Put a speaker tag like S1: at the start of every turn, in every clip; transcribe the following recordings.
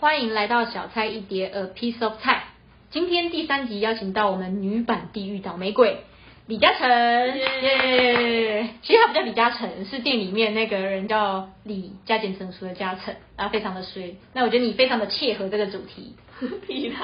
S1: 欢迎来到小菜一碟，A piece of 菜。今天第三集邀请到我们女版地狱倒霉鬼李嘉诚，耶、其实他不叫李嘉诚，是店里面那个人叫李加减乘除的嘉诚，然后非常的衰。那我觉得你非常的切合这个主题。
S2: 屁啦！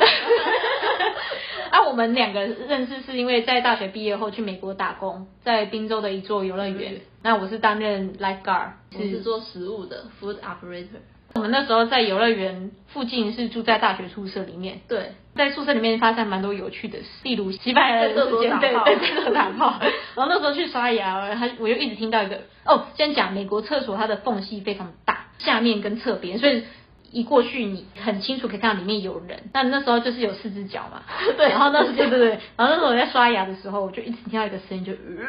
S1: 啊，我们两个认识是因为在大学毕业后去美国打工，在滨州的一座游乐园。那我是担任 lifeguard，
S2: 嗯我是做食物的 food operator。
S1: 我们那时候在游乐园附近是住在大学宿舍里面，
S2: 对，
S1: 在宿舍里面发生蛮多有趣的事，例如西班牙人
S2: 在厕所
S1: 之间对
S2: 打炮
S1: 对在厕所打炮， 然后那时候去刷牙，然后他我就一直听到一个哦，先讲美国厕所它的缝隙非常大，下面跟侧边，所以。一过去，你很清楚可以看到里面有人。但那时候就是有四只脚嘛，
S2: 对
S1: 然后那时候对对对，然后那时候我在刷牙的时候，我就一直听到一个声音，就、呃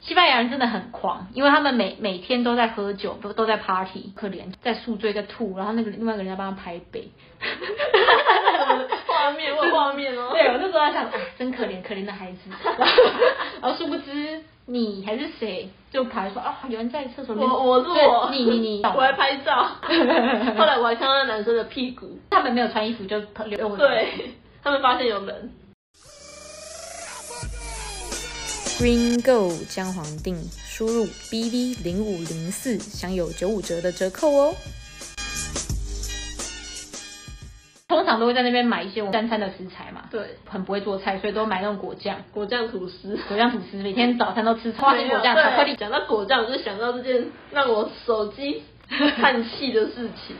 S1: 西班牙人真的很狂，因为他们每每天都在喝酒，都都在 party，可怜在宿醉在吐，然后那个另外一个人在帮他拍背。
S2: 画面，我有画面哦。
S1: 对，我那时候在想，哎，真可怜，可怜的孩子。然后殊不知你还是谁，就跑来说啊，有人在厕所里
S2: 我
S1: 面。
S2: 我是
S1: 对
S2: 我，
S1: 你你你，
S2: 我还拍照。后来我还看到那男生的屁股，
S1: 他们没有穿衣服就留我。
S2: 对他们发现有人。
S1: Green Go 姜黄定，输入 BV 零五零四，享有九五折的折扣哦。通常都会在那边买一些我三餐的食材嘛，
S2: 对，
S1: 很不会做菜，所以都买那种果酱、
S2: 果酱吐司。
S1: 果酱吐司，每天早餐都吃花生果酱、
S2: 对
S1: 巧克力。
S2: 讲到果酱，我就想到这件让我手机叹气的事 情。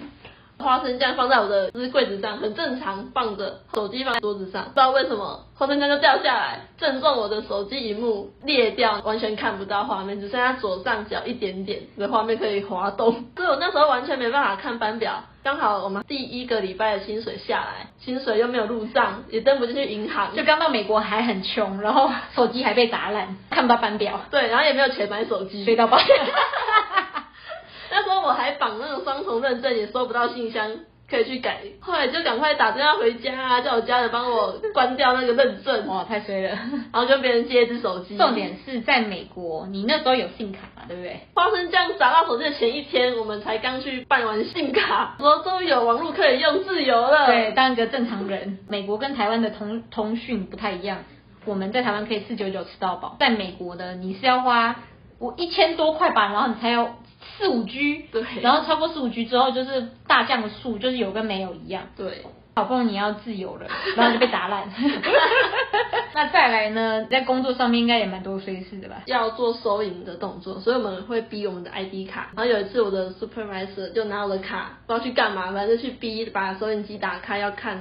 S2: 花生酱放在我的就是柜子上，很正常，放着手机放在桌子上，不知道为什么花生酱就掉下来，正中我的手机荧幕裂掉，完全看不到画面，只剩下左上角一点点的画面可以 滑动，所以我那时候完全没办法看班表。刚好我们第一个礼拜的薪水下来，薪水又没有入账，也登不进去银行，
S1: 就刚到美国还很穷，然后手机还被砸烂，看不到班表，
S2: 对，然后也没有钱买手机，
S1: 追到 爆。
S2: 那时候我还绑那个双重认证，也收不到信箱，可以去改。后来就赶快打电话回家啊，叫我家人帮我关掉那个认证，
S1: 哇，太衰了。
S2: 然后跟别人借一只手机。
S1: 重点是在美国，你那时候有信卡嘛，对不对？
S2: 花生酱砸到手机的前一天，我们才刚去办完信卡，说终于有网络可以用，自由了。
S1: 对，当一个正常人，美国跟台湾的通通讯不太一样。我们在台湾可以四九九吃到饱，在美国的你是要花我一千多块吧，然后你才有四五 G，
S2: 对
S1: 然后超过四五 G 之后就是大降速，就是有跟没有一样。
S2: 对，
S1: 好不容易你要自由了，然后就被打烂。 那再来呢，在工作上面应该也蛮多衰事的吧？
S2: 要做收银的动作，所以我们会逼我们的 ID 卡。然后有一次我的 supervisor 就拿我的卡，不知道去干嘛，反正就去逼把收银机打开要看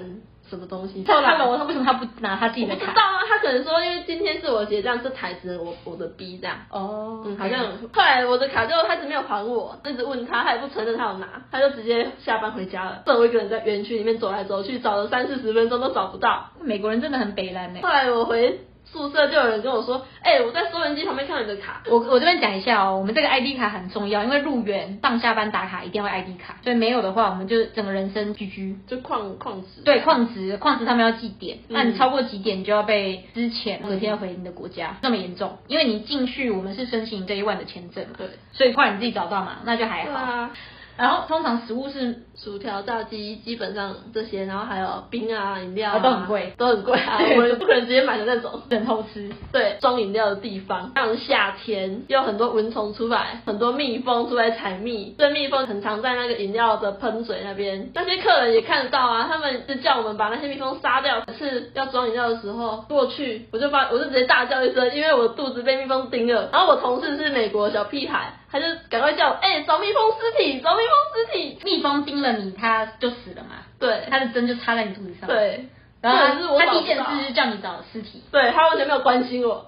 S2: 什么东西。
S1: 后来我为什么他不拿他自己
S2: 我
S1: 的
S2: 不知
S1: 卡
S2: 道？啊，他可能说因为今天是我结账，这台只能我我的 B 这样。
S1: 哦
S2: 嗯，好像后来我的卡就他一直没有还我，一直问他，他也不承认他有拿，他就直接下班回家了。剩我一个人在园区里面走来走去，找了三四十分钟都找不到。
S1: 美国人真的很北蓝呢、欸
S2: 后来我回宿舍就有人跟我说，哎、我在收银机旁边看到你的卡，
S1: 我我这边讲一下哦，我们这个 ID 卡很重要，因为入园上下班打卡一定要 ID 卡，所以没有的话，我们就整个人生 GG。
S2: 就旷旷职。
S1: 对，矿值矿值他们要记点，那你
S2: 嗯
S1: 超过几点你就要被之前隔天要回你的国家，那么严重，因为你进去我们是申请这一万的签证嘛，
S2: 对，
S1: 所以后来你自己找到嘛，那就还
S2: 对
S1: 好。
S2: 啊，
S1: 然后通常食物是
S2: 薯条、炸鸡基本上这些，然后还有冰啊、饮料啊、
S1: 啊都很贵
S2: 都很贵啊，
S1: 对
S2: 我们不可能直接买的那 种。
S1: 人偷吃，
S2: 对，装饮料的地方，像夏天有很多蚊虫出来，很多蜜蜂出来采蜜，这蜜蜂很常在那个饮料的喷嘴那边，那些客人也看得到啊，他们就叫我们把那些蜜蜂杀掉。可是要装饮料的时候过去，我就把我就直接大叫一声，因为我肚子被蜜蜂叮了。然后我同事是美国小屁孩，他就赶快叫我，哎、找蜜蜂尸体，找蜜蜂尸体。
S1: 蜜蜂叮了你，它就死了嘛，
S2: 对
S1: 它的针就插在你肚子上，，
S2: 对，
S1: 然后
S2: 可是我
S1: 它它
S2: 找
S1: 第
S2: 不
S1: 一件
S2: 到
S1: 事就叫你找尸体
S2: 对他完全没有关心 我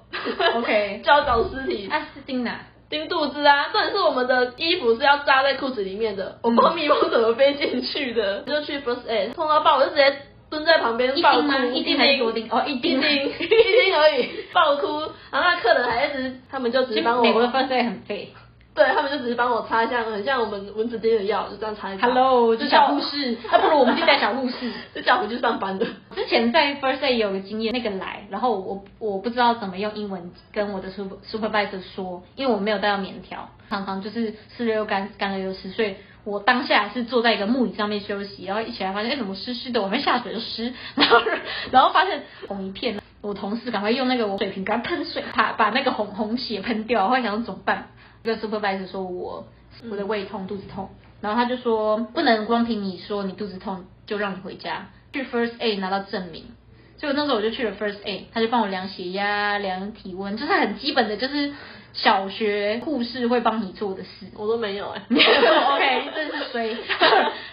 S1: ，OK，
S2: 叫我找尸体。
S1: 它啊是叮哪？
S2: 钉肚子啊，重点是我们的衣服是要扎在裤子里面的，
S1: 嗯
S2: 我不知道蜜蜂怎么飞进去 的，就去 first aid 碰到爆，我就直接蹲在旁边
S1: 一
S2: 爆
S1: 丁
S2: 哭，
S1: 吗？一丁还是多
S2: 一
S1: 丁？哦，一
S2: 钉，
S1: 丁。
S2: 一钉而已，爆哭，然后那客人还一直，他们就
S1: 其
S2: 只是
S1: 实
S2: 帮我，
S1: 美国的 first aid 很废。
S2: 对他们就只是帮我擦一下，很像我们蚊子叮的药，就这样擦一擦。
S1: Hello，就
S2: 就
S1: 小
S2: 叫
S1: 护士，那、不如我们去带小护士。
S2: 就叫回去上班的。
S1: 之前在 First Aid 有个经验，那个来，然后我我不知道怎么用英文跟我的 super 哦 supervisor 说，因为我没有带到棉条，常常就是湿了又干，干了又湿，所以我当下是坐在一个木椅上面休息，然后一起来发现，哎，怎么湿湿的？我们下水就湿，然后然后发现红一片。我同事赶快用那个我水瓶给他喷水，他把那个红红血喷掉。后来想说怎么办？一个 supervisor 说我我的胃痛、肚子痛，然后他就说不能光凭你说你肚子痛就让你回家，去 first aid 拿到证明。所以我那时候我就去了 First Aid，他就帮我量血压、量体温，就是很基本的，就是小学护士会帮你做的事。
S2: 我都没 有哎、
S1: OK，真是衰，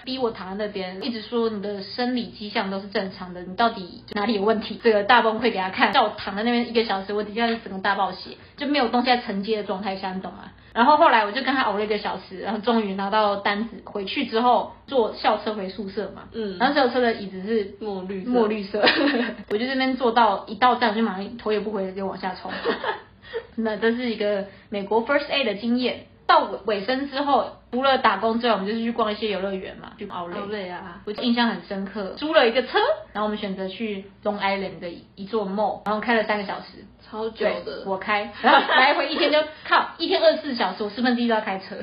S1: 逼我躺在那边，一直说你的生理迹象都是正常的，你到底哪里有问题？这个大崩溃给他看，叫我躺在那边一个小时，我底下是整个大爆血，就没有东西在承接的状态下，你懂吗？然后后来我就跟他熬了一个小时，然后终于拿到单子，回去之后坐校车回宿舍嘛，
S2: 嗯
S1: 然后校车的椅子是
S2: 墨绿色
S1: 墨绿 色，我就这边坐到一到站，我就马上头也不回的就往下 冲。那这是一个美国 first aid 的经验。到尾尾声之后，除了打工之外，我们就是去逛一些游乐园嘛，去奥
S2: 好
S1: 莱。
S2: 累啊！
S1: 我印象很深刻，租了一个车，然后我们选择去 Long Island 的一一座 mall，然后开了三个小时，
S2: 超久
S1: 对
S2: 的，
S1: 我开，然后 来回一天 就靠一天二十四小时，我四分之一都要开车，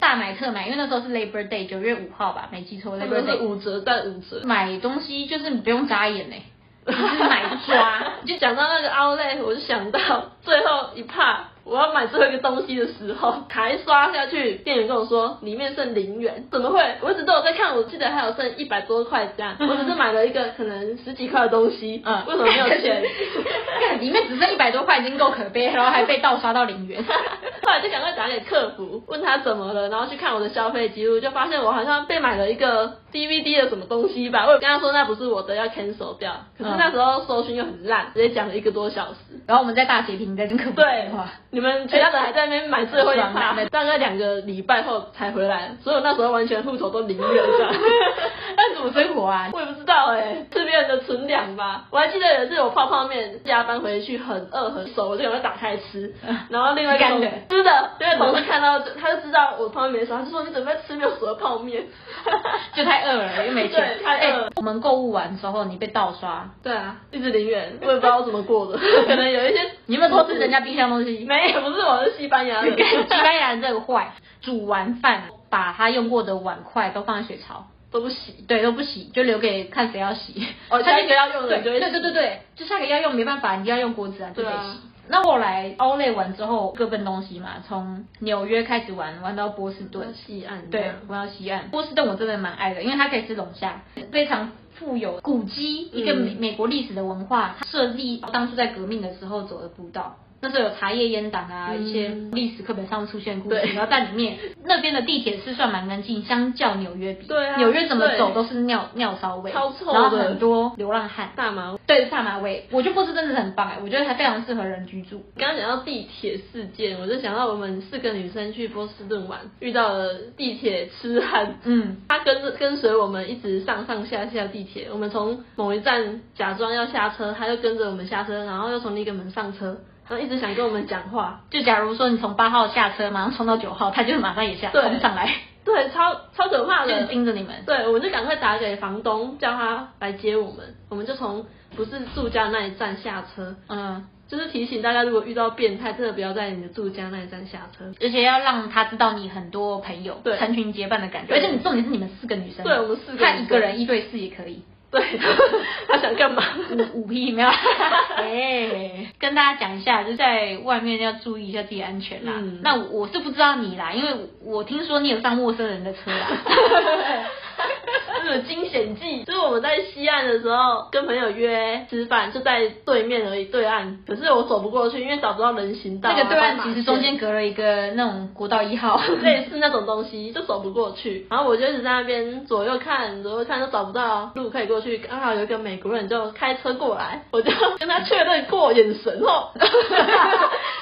S1: 大买特买，因为那时候是 Labor Day，九月五号吧，没记错
S2: 他
S1: ，Labor
S2: 们是
S1: Day
S2: 五折再五折。
S1: 买东西就是你不用眨眼 嘞、欸， 你就是买就抓，
S2: 就讲到那个 Outlet，我就想到最后一帕，我要买最后一个东西的时候，才刷下去，店员跟我说里面剩零元，怎么会？我一直都有在看，我记得还有剩一百多块这样，我只是买了一个可能十几块的东西，
S1: 嗯
S2: 为什么没有钱？
S1: 干 里面只剩一百多块，已经够可悲，然后还被盗刷到零 元。
S2: 后来就赶快打给客服，问他怎么了，然后去看我的消费记录，就发现我好像被买了一个 DVD 的什么东西吧。我有跟他说那不是我的，要 cancel 掉。可
S1: 嗯
S2: 是那时候搜寻又很烂，直接讲了一个多小时。
S1: 然后我们在大斜坪在跟客服
S2: 对
S1: 对话，，
S2: 你们其他人还在那边买最后一
S1: 爽
S2: 趴
S1: 买，
S2: 大概两个礼拜后才回来，所以我那时候完全户头都 零元的。
S1: 那怎么生活啊？
S2: 我也不知道哎、是别人的存粮吧。我还记得有一次我泡泡面下班回去很饿很熟，我就赶快打开 吃
S1: 嗯，
S2: 然后另外一个
S1: 干
S2: 同
S1: 的
S2: 是的，另外同事看到他就知道我泡面没熟，他就说你怎么在吃没有熟的泡面？
S1: 就太饿了，又没钱
S2: 对，太饿
S1: 哎我们购物完之后，你被盗刷，
S2: 对啊，一直零元，我也不知道我怎么过的， 可能有一些
S1: 你有没有偷吃人家冰箱东西？
S2: 没有，不是我 是西班牙人，
S1: 西班牙人这个坏，煮完饭把他用过的碗筷都放在水槽，
S2: 都不洗。
S1: 对，都不洗，就留给看谁要洗。
S2: 哦
S1: 他
S2: 下一个要用的
S1: 对
S2: 你就会洗
S1: 对对对对，就下一个要用，没办法，你要用锅子啊，就得
S2: 对
S1: 洗
S2: 啊。
S1: 那后来 o l a y 完之后，各奔东西嘛，从纽约开始玩，玩到波士顿，
S2: 西岸这
S1: 对
S2: 样，
S1: 玩到西岸。波士顿我真的蛮爱的，因为它可以吃龙虾，非常富有古迹，一个
S2: 嗯
S1: 美美国历史的文化，它设立当初在革命的时候走的步道。那时候有茶叶烟党啊，
S2: 嗯
S1: 一些历史课本上出现的故事，
S2: 对
S1: 然后在里面那边的地铁是算蛮干净，相较纽约比，
S2: 对啊
S1: 纽约怎么
S2: 对
S1: 走都是尿尿骚味，
S2: 超臭的
S1: 然后很多流浪汉，
S2: 大麻
S1: 对，萨马味，我觉得波士顿真的很棒哎，我觉得它非常适合人居住。
S2: 刚刚讲到地铁事件，我就想到我们四个女生去波士顿玩，遇到了地铁痴汉。
S1: 嗯，
S2: 他跟着跟随我们一直上上下下地铁，我们从某一站假装要下车，他就跟着我们下车，然后又从另一个门上车，然后一直想跟我们讲话。
S1: 就假如说你从八号下车，马上冲到九号，他就马上也下
S2: 对
S1: 冲上来，
S2: 对，超超可怕
S1: 就是
S2: 的。
S1: 盯着你们。
S2: 对，我们就赶快打给房东，叫他来接我们。我们就从不是住家那一站下车，
S1: 嗯，
S2: 就是提醒大家，如果遇到变态，真的不要在你的住家那一站下车。
S1: 而且要让他知道你很多朋友，
S2: 对
S1: 成群结伴的感觉。
S2: 对
S1: 而且你重点是你们四个女生，
S2: 对我们四个女
S1: 他
S2: 生
S1: 一个人一对四也可以，
S2: 对， 他想干嘛？
S1: 五五匹没 有。哎，跟大家讲一下，就在外面要注意一下自己安全啦。
S2: 嗯
S1: 那我我是不知道你啦，因为我听说你有上陌生人的车啦。
S2: 这种惊险记，就是我们在西岸的时候跟朋友约吃饭，就在对面而已，对岸。可是我走不过去，因为找不到人行道、啊。
S1: 那个对岸
S2: 斑马
S1: 其
S2: 线
S1: 实中间隔了一个那种国道一号，
S2: 类似那种东西，就走不过去。然后我就一直在那边左右看，左右看都找不到路可以过去。刚好有一个美国人就开车过来，我就跟他确认过眼神 后，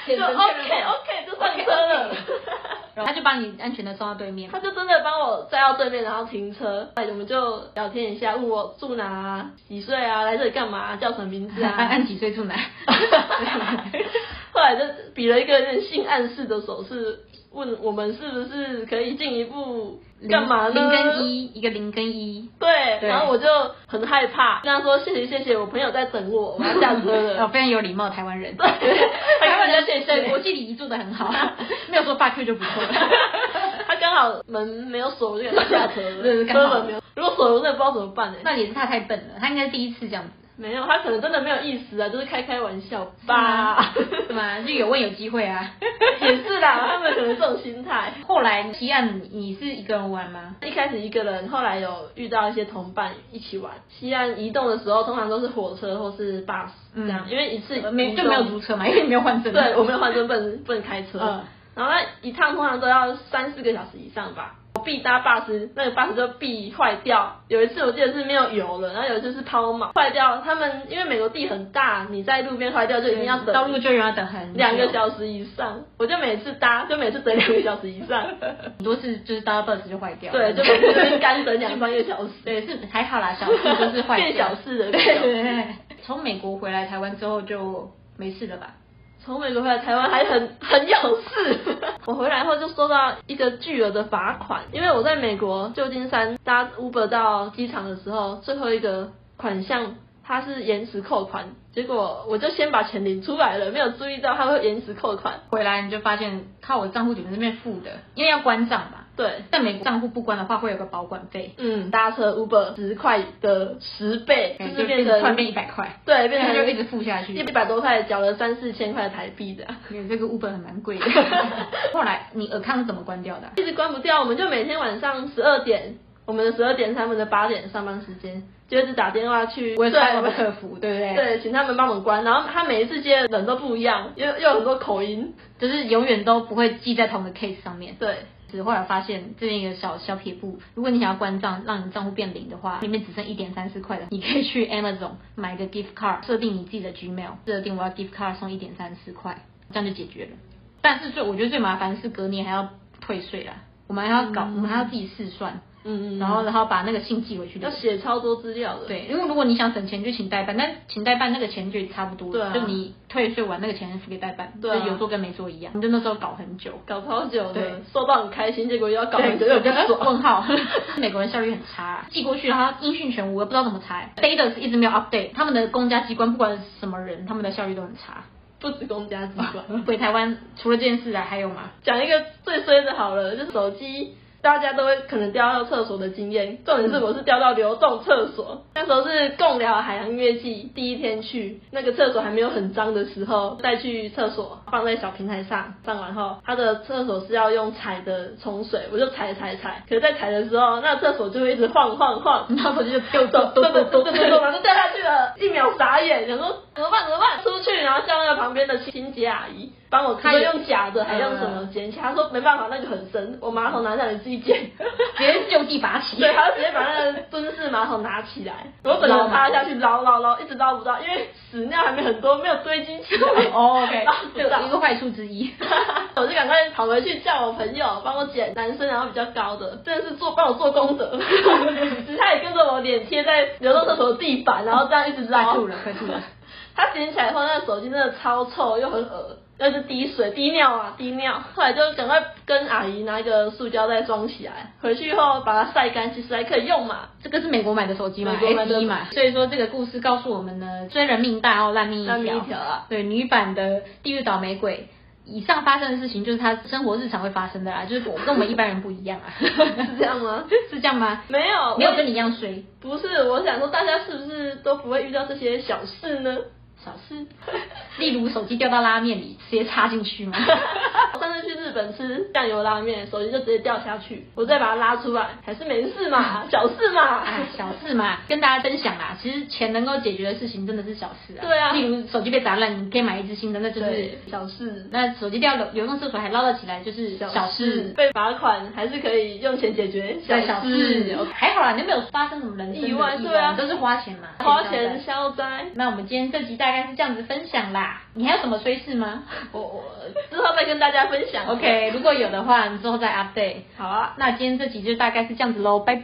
S1: 眼神确认
S2: 就
S1: 过
S2: OK OK 就上车了。
S1: 然后他就把你安全的送到对面
S2: 他。就真的帮我载到对面，然后停车，哎，我们就聊天一下，问我住哪、啊、几岁啊，来这里干嘛、叫什么名字
S1: 按
S2: 啊。
S1: 按几岁住哪？
S2: 后来就比了一个有点性暗示的手势，问我们是不是可以进一步干嘛呢？
S1: 零跟一，一个零跟一。
S2: 对，
S1: 对
S2: 然后我就很害怕，跟他说谢谢谢谢，我朋友在等我，我要下 车
S1: 哦
S2: 了。
S1: 非常有礼貌，台湾人。
S2: 还跟人家谢
S1: 对，国
S2: 谢，
S1: 际 礼仪做的很好，没有说 fuck you 就不错了。
S2: 他跟刚好门没有锁，我就给 他下车
S1: 对
S2: 了。
S1: 刚好
S2: 车门没有，如果锁了，我真的不知道怎么办哎、
S1: 那也是他太笨了，他应该第一次这样子。
S2: 没有，他可能真的没有意思啊，就是开开玩笑吧。
S1: 是啊吗？就有问有机会啊。
S2: 也是啦，他们可能这种心态。
S1: 后来西岸你是一个人玩吗？
S2: 一开始一个人，后来有遇到一些同伴一起玩。西安移动的时候，通常都是火车或是 bus 这样，
S1: 嗯
S2: 因为一次
S1: 呃没
S2: 移
S1: 就
S2: 动
S1: 没有租车嘛，因为你没有换证。
S2: 对，我没有换车，不能 不能开车。
S1: 嗯
S2: 然后那一趟通常都要三四个小时以上吧。我必搭 bus，那个 bus 就必坏掉。有一次我记得是没有油了，然后有一次是抛锚坏掉。他们因为美国地很大，你在路边坏掉就一定要等
S1: 道路救援要等很久
S2: 两个小时以上。我就每次搭，就每次等两个小时以上。
S1: 很多次就是搭 bus 就坏掉了。
S2: 对，就每 次就是干等两三个小时。
S1: 对，是还好啦，小事就是坏掉。
S2: 变小事了
S1: 对
S2: 变小事
S1: 对对。从美国回来台湾之后就没事了吧？
S2: 从美国回来台湾还很 很有事。 我回来后就收到一个巨额的罚款，因为我在美国旧金山搭 Uber 到机场的时候，最后一个款项它是延迟扣款，结果我就先把钱领出来了，没有注意到它会延迟扣款。
S1: 回来你就发现靠我账户主任那边付的，因为要关账嘛。
S2: 对，
S1: 在美国账户不关的话，会有个保管费，
S2: 嗯，搭车 Uber 十块的十倍，
S1: 哎
S2: 就是
S1: 就
S2: 变
S1: 变
S2: 成
S1: 成突然变一百块，
S2: 对，变
S1: 他
S2: 成
S1: 就一直付下去
S2: 一。百多块，缴了三四千块台币的。
S1: 因为这个 Uber 很蛮贵的。 后来你尔康是怎么关 掉的啊、
S2: 一直关不掉，我们就每天晚上十二点，我们的十二点是他们的八点上班时间，就一直打电话去，
S1: 我也
S2: 对
S1: 算我
S2: 我
S1: 们
S2: 们
S1: 客服，对不对？，
S2: 对，请他们帮我们关，然后他每一次接的人都不一样，又又有很多口音，
S1: 就是永远都不会记在同一个 case 上面。
S2: 对，
S1: 只后来发现这边一个小小撇步，如果你想要关账，让你账户变零的话，里面只剩一点三四块的，你可以去 Amazon 买个 gift card，设定你自己的 Gmail，设定我要 gift card 送一点三四块，这样就解决了。但是最我觉得最麻烦是隔年还要退税啦，我们还要搞，我们还要自己试算，
S2: 嗯
S1: 然后然后把那个信寄回去就
S2: 要写超多资料的，，
S1: 对，因为如果你想省钱，就请代办，但请代办那个钱就差不多了，
S2: 对啊
S1: 就你退税完那个钱付给代办，
S2: 对啊
S1: 就有做跟没做一样。你就那时候搞很久，
S2: 搞超久的
S1: 对，
S2: 收到很开心，结果又要搞很久，
S1: 对
S2: 又比较爽。
S1: 问号， 美国人效率很差、寄过去然后音讯全无，我不知道怎么查，data 是一直没有 update，他们的公家机关不管是什么人，他们的效率都很差。
S2: 不止公家机关，
S1: 回台湾除了这件事啊，还有吗？
S2: 讲一个最衰的好了，就是手机。大家都会可能掉到厕所的经验，重点是我是掉到流动厕所。那时候是共聊海洋音乐季第一天去，那个厕所还没有很脏的时候，再去厕所放在小平台上，上完后它的厕所是要用踩的冲水，我就踩踩踩，可是在踩的时候，那厕所就会一直晃晃晃，
S1: 然后手机就掉到
S2: 对对对对对，然后就掉下去了，一秒傻眼，想说怎么办怎么办？出去，然后叫那个旁边的清洁阿姨帮我，
S1: 她
S2: 她
S1: 也
S2: 用夹的，还用什么捡起来？她说没办法，那个很深，我马桶拿下来你自己捡。
S1: 直接就地拔起。。
S2: 对，她就直接把那个蹲式马桶拿起来，我本来趴下去捞捞捞，一直捞不到，因为屎尿还没很多，没有堆积起来
S1: 哦，OK，
S2: 捞不
S1: 这
S2: 到
S1: 一个坏处之一。
S2: 我就赶快跑回去叫我朋友帮我捡男生，然后比较高的，真的是做帮我做功 德。只是他也跟着我脸贴在流动厕所的地板，然后这样一直
S1: 快
S2: 捞。
S1: 吐了，快吐了。
S2: 他捡起来后，那个手机真的超臭又很恶，那是滴水滴尿啊滴尿。后来就赶快跟阿姨拿一个塑胶袋装起来，回去后把它晒干，其实还可以用嘛。
S1: 这个是美国买的手机嘛
S2: 美国买的
S1: f 一嘛，所以说这个故事告诉我们呢，虽人命大哦，烂命一条。
S2: 烂命一条啊
S1: 对，女版的地狱倒霉鬼，以上发生的事情就是她生活日常会发生的啦，就是我跟我们一般人不一样啊。
S2: 是这样吗？
S1: 是这样吗？
S2: 没有，
S1: 没有
S2: 我
S1: 跟你一样衰，
S2: 不是，我想说大家是不是都不会遇到这些小事呢？
S1: 小事。例如手机掉到拉面里，直接插进 去吗？
S2: 我上次去日本吃酱油拉面，手机就直接掉下去，我再把它拉出来，还是没事 嘛，小事嘛。
S1: 哎，小事嘛，跟大家分享啦。其实钱能够解决的事情真的是小事啊。
S2: 对啊
S1: 例如手机被砸烂，你可以买一只新的，那就是
S2: 对，小事。
S1: 那手机掉流流动厕所还捞得起来，就是小事。
S2: 被罚款还是可以用钱解决，
S1: 对
S2: 小
S1: 小事，还好啦，你又没有发生什么人生的
S2: 嗯意外
S1: 意
S2: 对啊
S1: 你都是花钱嘛，
S2: 花钱。消灾。
S1: 那我们今天这集大概是这样子分享啦，你还有什么衰事 吗
S2: 我我之后再跟大家分享。
S1: ？OK，如果有的话，你之后再 update。
S2: 好啊，
S1: 那
S2: 嗯
S1: 今天这集就大概是这样子喽，拜拜，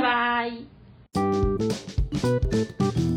S2: 拜拜。